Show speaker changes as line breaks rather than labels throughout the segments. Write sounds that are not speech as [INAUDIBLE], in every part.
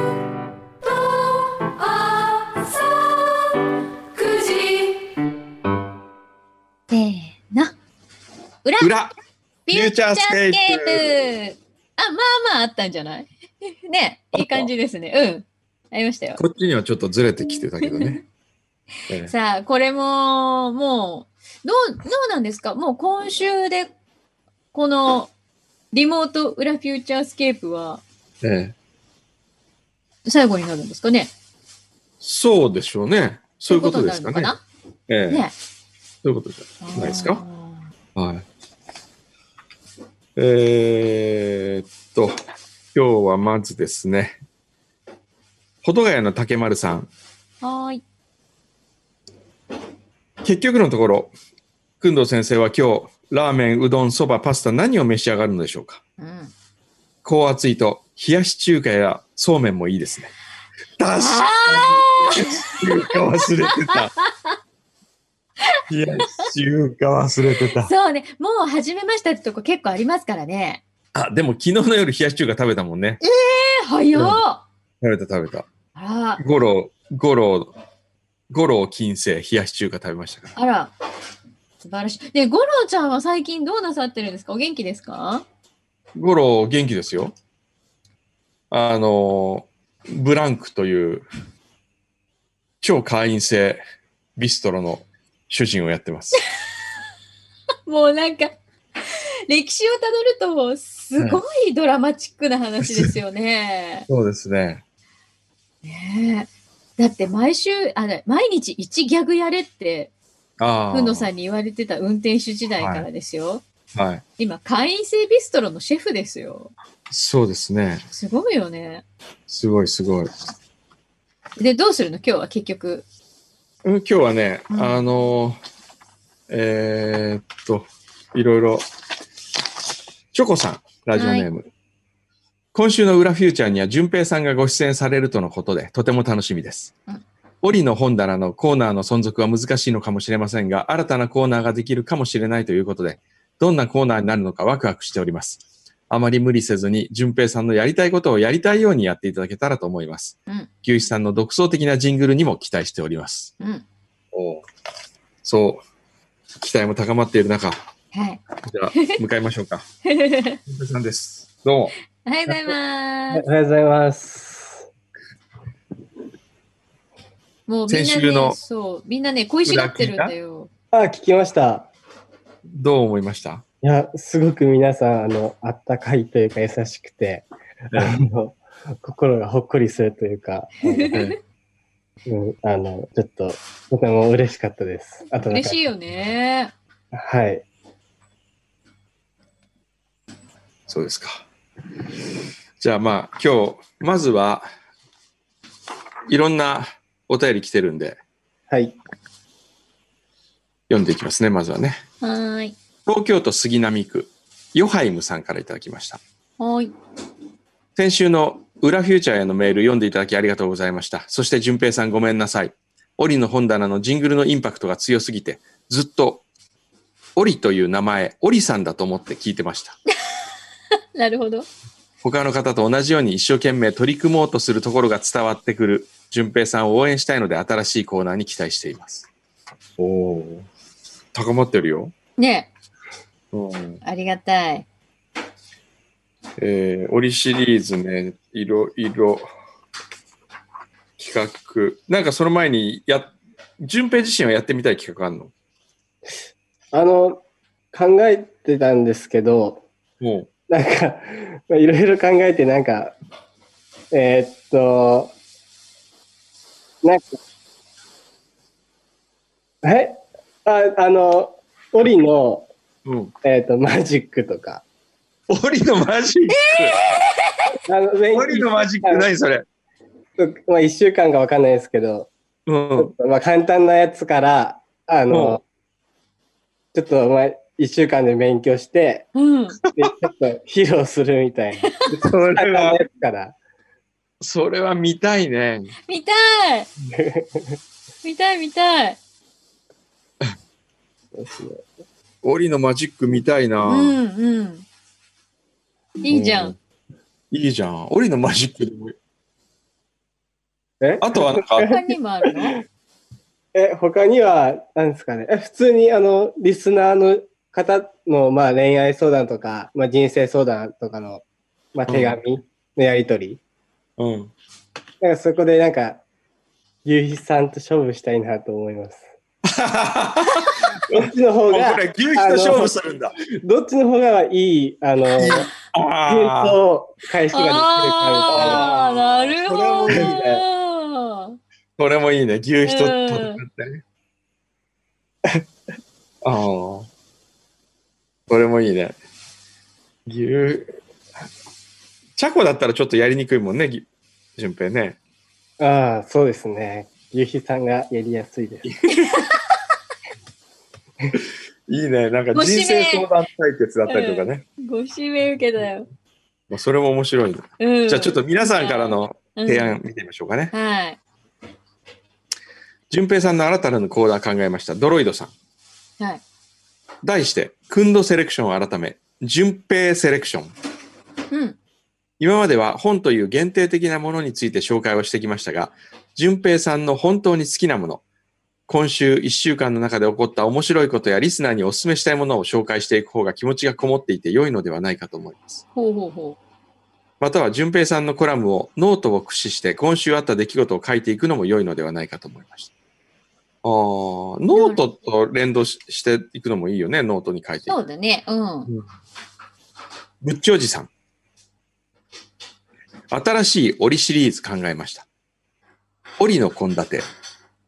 プ。と朝九時。
せーの。裏
裏
フューチャースケープ
フューチ
あ、まあまああったんじゃない [LAUGHS] ねいい感じですね。うん。ありましたよ。
こっちにはちょっとずれてきてたけど
[LAUGHS]
ね。ええ
さあ、これも、もう、どう、どうなんですかもう今週で、この、リモート裏フューチャースケープは、
ええ
最後になるんですかね
そうでしょうね。そういうことですかね。
そういうこ
え
と
え
になるのかなね
そういうことじゃないですか。
あ
はい。えーっと、今日はまずですね、保土ヶ谷の竹丸さん、
ーはーい。
結局のところ、工藤先生は今日、ラーメン、うどん、そば、パスタ何を召し上がるのでしょうか
うん。
高熱いと、冷やし中華やそうめんもいいですね。確か
あ
中華忘れて
[LAUGHS]
た。いや、中華忘れて
あ
た。
そうね。もう始めましたってとこ結構ありますからね。
あ、でも昨日の夜冷やし中華食べたもんね。
え、早っ、
うん
あ
食べた食べた。
ら、
五郎、五郎、五郎金星冷やし中華食べましたから。
あら、素晴らしい。で、五郎ちゃんは最近どうなさってるんですかお元気ですか
五郎元気ですよ。あの、ブランクという超会員制ビストロの主人をやってます。
もうなんか、歴史をたどると、すごいドラマチックな話ですよ
[LAUGHS]
ね。
そうですね。
ねえだって毎週、あの毎日一ギャグやれって、
ああ。
ふんのさんに言われてた運転手時代からですよ。
はい。
今、会員制ビストロのシェフですよ。
そうですね。
すごいよね。
すごいすごい。
で、どうするの今日は結局。
うん今日はね、
うん
あのえーっと、いろいろ、チョコさん、ラジオネーム。今週の裏フューチャーには、淳平さんがご出演されるとのことで、とても楽しみです。
うん
折の本棚のコーナーの存続は難しいのかもしれませんが、新たなコーナーができるかもしれないということで、どんなコーナーになるのかワクワクしております。あまり無理せずに、淳平さんのやりたいことをやりたいようにやっていただけたらと思います。
うん
牛一さんの独創的なジングルにも期待しております。
うん。
おうそう、期待も高まっている中、
はい。
じゃあ、向かいましょうか。
おはよ
お疲れさんです。どうも。
うございます
はい。おはようございます。
もうみんな
[LAUGHS] 先週
ね、
の
そう、みんなね、恋しがってるんだよ。
あ、聞きました。
どう思いました
いや、すごく皆さん、あの、あったかいというか、優しくて、あの、心がほっこりするというか、あのうん、あのちょっと、とても嬉しかったです。あと
嬉しいよね。
はい。
そうですか。じゃあ、まあ、今日、まずは、いろんなお便り来てるんで、
はい。
読んでいきますね、まずはね。
はーい。
東京都杉並区、ヨハイムさんからいただきました。
はーい。
先週の裏フューチャーへのメール読んでいただきありがとうございました。そして淳平さんごめんなさい。オリの本棚のジングルのインパクトが強すぎて、ずっとオリという名前、オリさんだと思って聞いてました。
なるほど。
他の方と同じように一生懸命取り組もうとするところが伝わってくる淳平さんを応援したいので新しいコーナーに期待しています。おお、高まってるよ。
ね
うん、
ありがたい。
えー、オリシリーズね、いろいろ企画。なんかその前にや、順平自身はやってみたい企画あんの
あの、考えてたんですけど、
も
なんか、まあいろいろ考えて、なんか、えーっと、なんか、えああの、オリの、
う。うん。
えーっと、マジックとか。
オリのマジック、
あの、
オリのマジック何それ
まあ、1週間かわかんないですけど、
うん。
まあ、簡単なやつから、あ
うん
の、ちょっと、まあ、一週間で勉強して、
うん。
で、ちょっと披露するみ
[LAUGHS]
たいな。
そ
簡単
れ
な
は
や、つから。
それは見たいね。
見た
[LAUGHS]
い見たい見たい。
檻のマジック見たいな。
うんうん。いいじゃ。
うんいいじゃん。檻のマジックでもいい
え
あとはなんか、
他にもある
[LAUGHS]
の
え、他には、なんですかね。え、普通に、あの、リスナーの方の、まあ、恋愛相談とか、まあ、人生相談とかの、まあ、手紙のやりとり。
うん。
なんか、そこで、なんか、ゆうひさんと勝負したいなと思います。どっちの方
もう
が
こ、れ、牛皮と勝負するんだ。
どっちの方がいい、あの、ヒン
ああ。
トを返しができるか
ああ、なるほ
これもいい
ど。
これもいいね。牛皮と戦ってね。 [LAUGHS] ああ。これもいいね。牛、チャコだったらちょっとやりにくいもんね、ぎ順平ね。
みたいな。ああ、そうですね。ゆひさんがやりやすいです。
いいね。なんか
もう指
人
名
生相談対決だったりとかね。
ご指名受けたよ。
まあそれも面白いね。
うん、
じゃあちょっと皆さんからの
うん
提案見てみましょうかね。
はい。
順平さんの新たなるコーナー考えました。ドロイドさん。
はい。
題して、クンドセレクション改め、順平セレクション。
うん。
今までは本という限定的なものについて紹介をしてきましたが、順平さんの本当に好きなもの、今週1週間の中で起こった面白いことやリスナーにお勧めしたいものを紹介していく方が気持ちがこもっていて良いのではないかと思います。
ほうほうほ。
または順平さんのコラムをノートを駆使して今週あった出来事を書いていくのも良いのではないかと思いました。あーノートと連動ししていくのもいいよね、ノートに書いうていく
そうだね。うん。
ぶっちおじさん。新しい折シリーズ考えました。折の献立。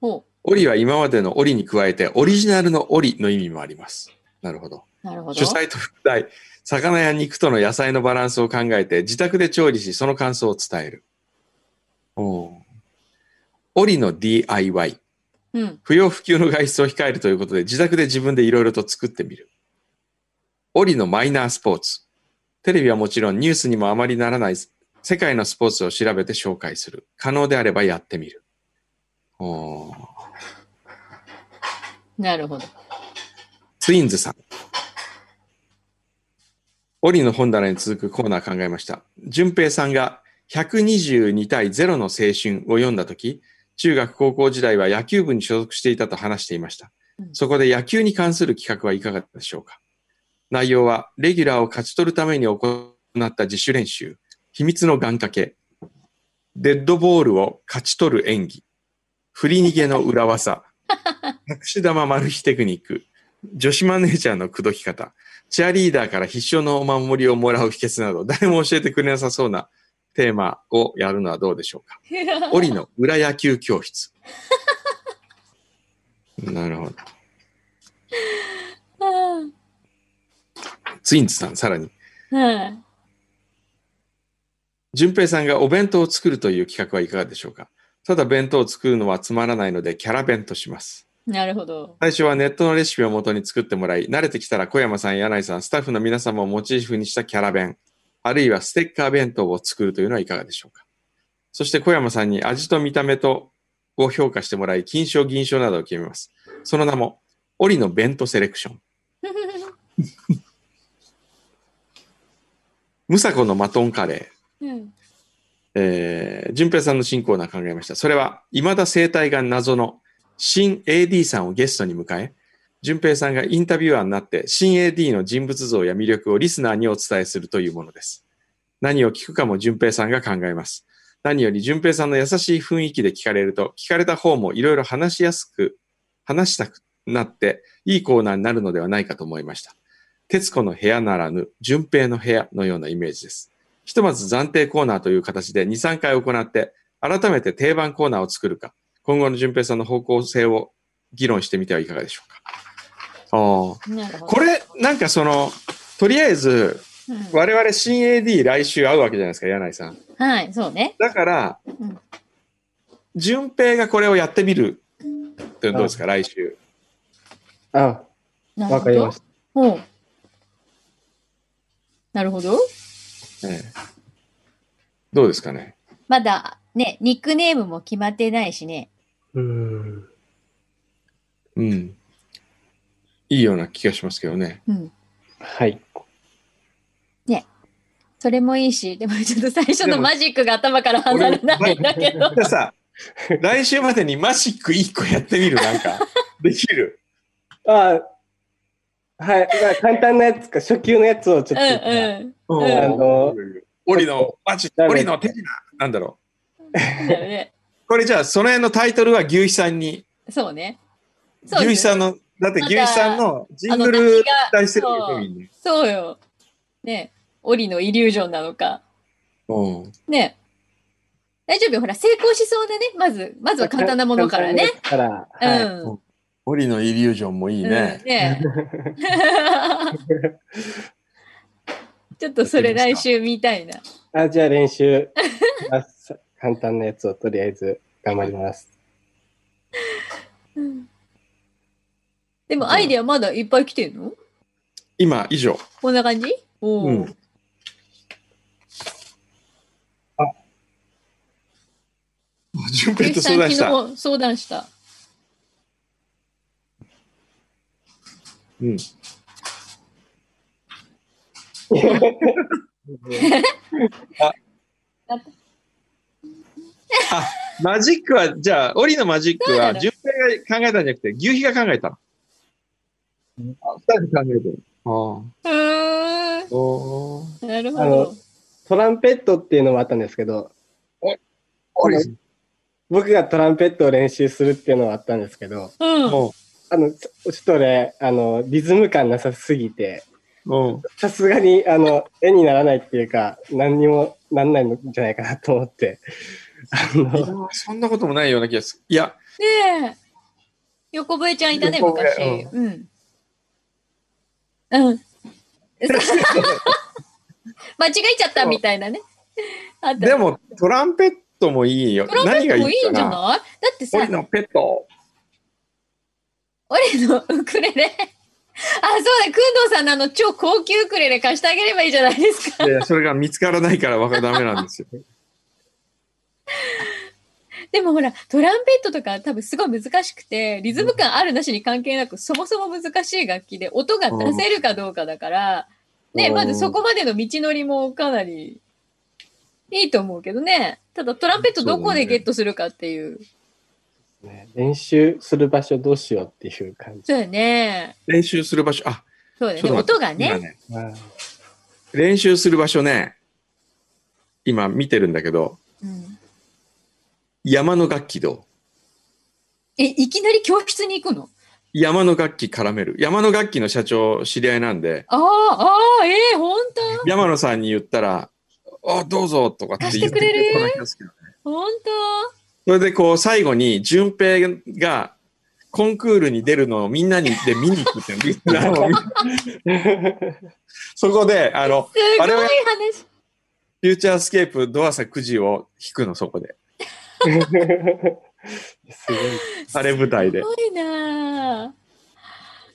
ほ
折は今までの折に加えて、オリジナルの折の意味もあります。なるほど。
う。なるほど。
主菜と副菜、魚や肉との野菜のバランスを考えて、自宅で調理し、その感想を伝える。おー折の DIY。
うん。
不要不急の外出を控えるということで、自宅で自分でいろいろと作ってみる。折のマイナースポーツ。テレビはもちろんニュースにもあまりならない世界のスポーツを調べて紹介する。可能であればやってみる。おー
なるほ
[LAUGHS]
ど。
ツインズさん。折の本棚に続くコーナー考えました。淳平さんが122対0の青春を読んだとき、中学高校時代は野球部に所属していたと話していました
うん。
そこで野球に関する企画はいかがでしょうか内容は、レギュラーを勝ち取るために行った自主練習、秘密の願掛け、デッドボールを勝ち取る演技、振り逃げの裏技、隠し玉マル秘テクニック、女子マネージャーの口説き方、チアリーダーから必勝のお守りをもらう秘訣など、誰も教えてくれなさそうなテーマをやるのはどうでしょうか。
[LAUGHS]
折の裏野球教室。 [LAUGHS] なるほど。
は
ツインズさん、さらに。
い。はい
淳平さんがお弁当を作るという企画はいかがでしょうか。ただ弁当を作るのはつまらないので、キャラ弁とします。
なるほど。
最初はネットのレシピを元に作ってもらい、慣れてきたら小山さん、柳井さん、スタッフの皆様をモチーフにしたキャラ弁、あるいはステッカー弁当を作るというのはいかがでしょうか。そして小山さんに味と見た目とを評価してもらい、金賞、銀賞などを決めます。その名も、折の弁当セレクション。ムサコのマトンカレー。
うん。
えー、順平さんの新コーナー考えました。それは、未だ生態が謎の新 AD さんをゲストに迎え、順平さんがインタビュアーになって、新 AD の人物像や魅力をリスナーにお伝えするというものです。何を聞くかも順平さんが考えます。何より順平さんの優しい雰囲気で聞かれると、聞かれた方もいろいろ話しやすく、話したくなって、いいコーナーになるのではないかと思いました。徹子の部屋ならぬ、順平の部屋のようなイメージです。ひとまず暫定コーナーという形で2、3回行って、改めて定番コーナーを作るか、今後の順平さんの方向性を議論してみてはいかがでしょうか。あー
なるほど。
これ、なんかその、とりあえず、
うん
我々新 AD 来週会うわけじゃないですか、柳井さん。
はい、そうね。
だから、
うん
順平がこれをやってみるってどうですか、来週。
あ、
なる
わ
ほ
かりま
ど
し。
ほうなるほど。
ええどうですかね。
まだね、ニックネームも決まってないしね。
た。うん。
うん。いいような気がしますけどね。
うん。
はい。
それもいいし、でもちょっと最初のマジックが頭から離れないんだ
[LAUGHS]
けど。
じゃあさ、来週までにマシック1個やってみる、なんか。できる。
あ、はい。まあ、簡単なやつか、初級のやつをち
う
ょ
ん
っと。
うん。
うん
あの
檻の、マジ、檻の手品なんだろ
だよね。
う。これじゃあ、その辺のタイトルは牛肥さんに。
そうね。そうで
牛肥
す
さんの、だって
ま
牛
た
肥さんのジング
あの
ル
私が
出してる
そう
よ、みんな。
そうよ。ね、オリのイリュージョンなのか。
うん
ね。大丈夫よ。ほら、成功しそうでね。まず、まずは簡単なものからね。。
から、
う
はい。
ん。
うんオリのイリュージョンもいい
うん
ね。
ね
[LAUGHS]
ちょっとそれ来週見たいな。
あ、じゃあ練習。まあさ簡単なやつをとりあえず頑張ります。
でもアイディアまだいっぱい来てんの
今、以上。
こんな感じお
う
ー
ん。あ。順平
ゆう
と
きさん
相談した。
昨日相談した。
[LAUGHS] うん。マジックは、じゃあ、オリのマジック
そうな
は、
の
順平が考えたんじゃなくて、牛皮が考えたの。あ、二人で考えてる。ああ。
うー
おー
ん。なる
あ
ほ
の
ど。
トランペットっていうのもあったんですけど、
オリさん
僕がトランペットを練習するっていうのはあったんですけど、
うん。
も
あの、ちょちょっと俺、あの、リズム感なさすぎて、
う、も
さすがに、あの、絵にならないっていうか、何にもなんないんじゃないかなと思って、あ
う、い
の、
やそんなこともないような気がする。いや、
ねえ。横笛ちゃんいたね、
横笛
昔。うん。うん。 [LAUGHS] 間違えちゃったみたいなね。あった
でも、トランペットもいいよ。
トラン
何
ペ
が
ッ
い
トもい
い
い
か
んじゃ
な
ないだってさ
オ、リのペット。
俺のウクレレ。あ、そうだ、くんどうさんのあの超高級ウクレレ貸してあげればいいじゃないですか。
いや、それが見つからないからわかダメな
[LAUGHS]
んですよ。
でもほら、トランペットとか多分すごい難しくて、リズム感あるなしに関係なく、そもそも難しい楽器で、音が出せるかどうかだから、ね、
うん
まずそこまでの道のりもかなりいいと思うけどね。ただトランペットどこでゲットするかっていう。
ね練習する場所どうしようっていう感じ。
そうだよね。
練習する場所、あ、
そうだよ
ち
ね。
ょっと
音
待
が
って今
ね。
ね。
あ
練習する場所ね、今見てるんだけど、
うん、
山の楽器どう
え、いきなり教室に行くの
山の楽器絡める。山の楽器の社長、知り合いなんで、
ああ、ああ、ええ本
山野さんに言ったら、あ、どうぞとかって言っ
貸
て
してくれる
そうな気がするけどね
当本
それでこう、最後に、順平が、コンクールに出るのをみんなにで見に行くっていうリスナ
[LAUGHS]
ーを見 [LAUGHS] そこで、あの、
当すご
あ
い
れは
話。
フューチャースケープドアサ9時を弾くの、そこで。
すごい。
あれ舞台
す
で。
ごいなあ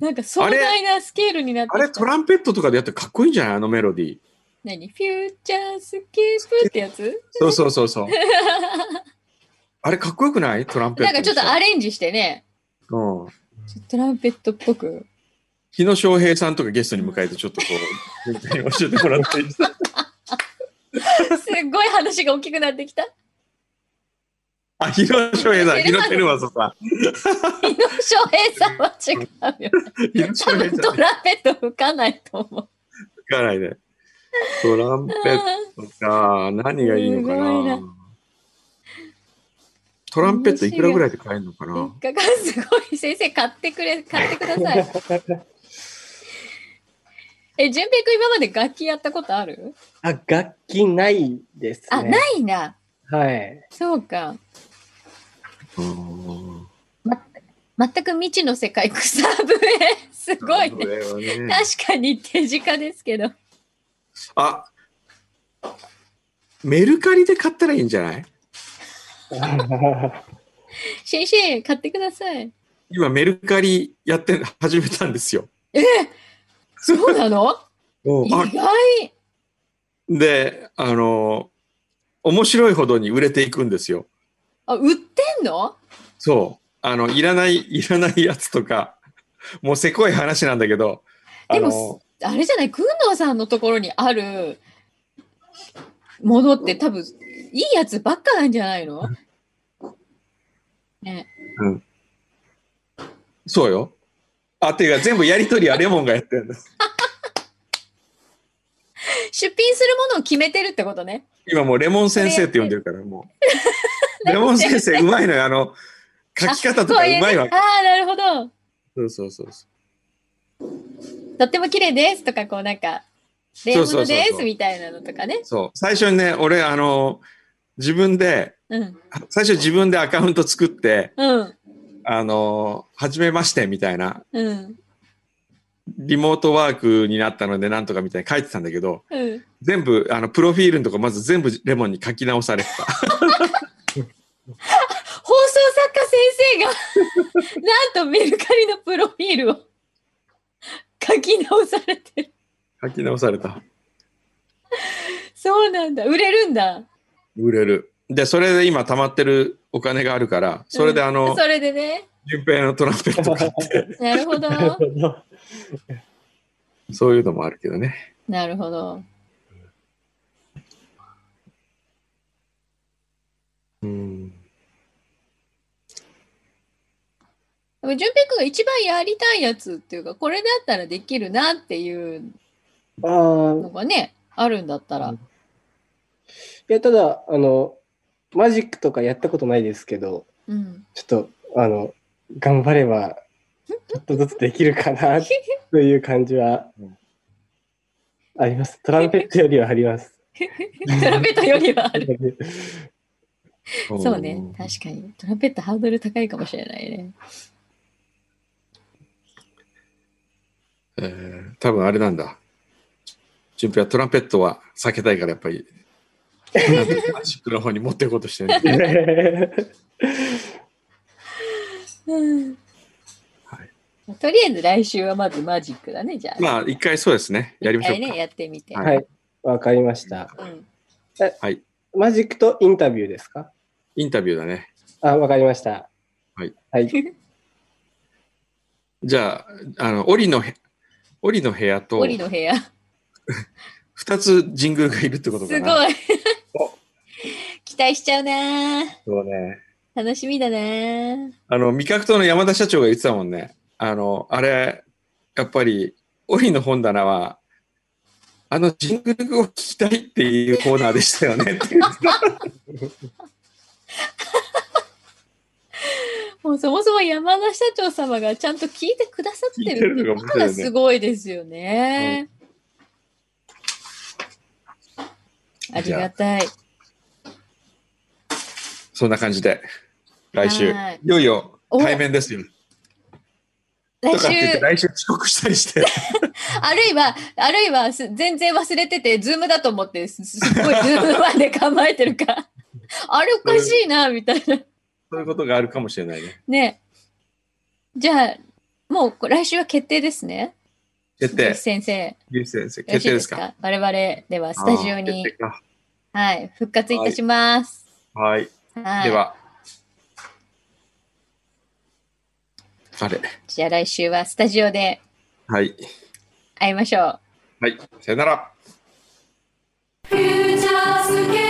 なんか壮大なスケールになって
あれ、
き
ト
た。
ランペットとかでやってかっこいいんじゃないあのメロディー。
何フューチャースケープってやつ
そうそうそ
[LAUGHS]
うそう。あれ、かっこよくないトランペッ
なん
ト。
かちょっとアレンジしてね。
うん。
ちょっとトランペットっぽく。
日野翔平さんとかゲストに迎えて、ちょっとこ
[LAUGHS]
う、順平に教えてもらっていいですか
すっごい話が大きくなってきた。
あ、日野翔平さん、日野照正さん。
井野翔平さんは違うよ。
日野
多
翔平
分ト
さん、
ランペット吹かないと思う。
聞かないで。トランペットか、何がいいのか
すごい
な
な。
トランペットいくらぐらいで買えるのかな
ががすごい先生買ってくれ買ってください。
[LAUGHS]
え、純平君今まで楽器やったことある？
あ、楽器ないですね。
あ、ないな。
はい。
そうか。
うん
全く未知の世界草笛すごい
こ
ね。
れはね
確かに手近ですけど。
あメルカリで買ったらいいんじゃない
[LAUGHS]
シェイシェイ、買ってください。
今メルカリやって始めたんですよ。
えそうなの
うん
意
[LAUGHS] あ
外
で、あの、面白いほどに売れていくんですよ。
あ、売ってんの
そう。あの、いらない、いらないやつとか、もうせこい話なんだけど、あ
で
の
も、あれじゃない、くんのさんのところにあるものって多分、いいやつばっかなんじゃないのね。
そうよ。あ、ていうか全部やりとりはレモンがやってるんです。
出品するものを決めてるってことね。
今もうレモン先生って呼んでるから、も
[LAUGHS]
う。レモン先生うまいのよ。あの、書き方と
こ
か
う
う
いうね
まいわけ。
ああ、なるほど。
そうそうそうそ
とっても綺麗ですとか、こうなんか、レ
そ
モ
うそ
物
うそうそう
ですみたいなのとかね
う。。そう。最初にね、俺、あの、自分で、
うん。
最初自分でアカウント作って、
うん。
あの、はじめましてみたいな、
うん。
リモートワークになったのでなんとかみたいに書いてたんだけど、
うん。
全部、あの、プロフィールのとこまず全部レモンに書き直されてた。 [LAUGHS]
放送作家先生が [LAUGHS] なんとメルカリのプロフィールを書き直されてる
書き直された。
そうなんだ売れるんだ
売れる。で、それで今溜まってるお金があるから、それであの
そ、れでね
順平のトランペット買って、
なるほど [LAUGHS]
そういうのもあるけどね。
なるほど
うん。
でも淳平君が一番やりたいやつっていうかこれだったらできるなっていう
ああ
の、がねあるんだったら
いや、ただ、あの、マジックとかやったことないですけど、
うん [LAUGHS]
ちょっと、あの、頑張れば、ちょっとずつできるかな、という感じは、あります。トランペットよりはあります。
トランペットよりはある
い
そうね確かにトランペットハードル高いかもしれないね
えー、多分あれなんだ。順平はトランペットは避けたいからやっぱ [LAUGHS] り、なんかマジックの方に持っていこうとしてるんだ。
うん、
はい
とりあえず来週はまずマジックだねじゃあ
まあ、一回そうですね。やりましょう
一回ね
か。
やってみて、
はい
[LAUGHS] はい、わかりました。
うん
マジックとインタビューですか
インタビューだね。
あ、わかりました。
はい。
はい。
じゃあ、あの、檻のへ、檻の部屋と、
檻の部屋。す
二つ神宮がいるってこと
ご
か
い
な。い。。
期待しちゃうなぁ
そうね。
楽しみだなぁ
あの、味覚党の山田社長が言ってたもんね。あの、あれ、やっぱり、檻の本棚は、あの、ジングルを聞きたいっていうコーナーでしたよねっていう。
もうそもそも山田社長様がちゃんと聞いてくださって
聞いて
る
るのが
ことがすごいですよね。ありがたい。
そんな感じで、来週、
はい
いよいよ
お
対面ですよ。と
来
かって言って、
週、
来週遅刻したりして、
あるいは、あるいはす全然忘れてて、ズームだと思って、すすっごいズームまで構えてるから、あれおかしいなぁみたいな。
そういうことがあるかもしれないね。
ねじゃあ、もうこ来週は決定ですね。
決定、
先生。
ゆう先生、
よろ
決
しい
定
で
ですす
か
か
我々ではスタジオに
あー決定、か
はい、復活いたします。
はい。
はい。
では、あれ、
じゃあ来週はスタジオで
はい。
会いましょう。
はい、さよなら。
フューチャースケ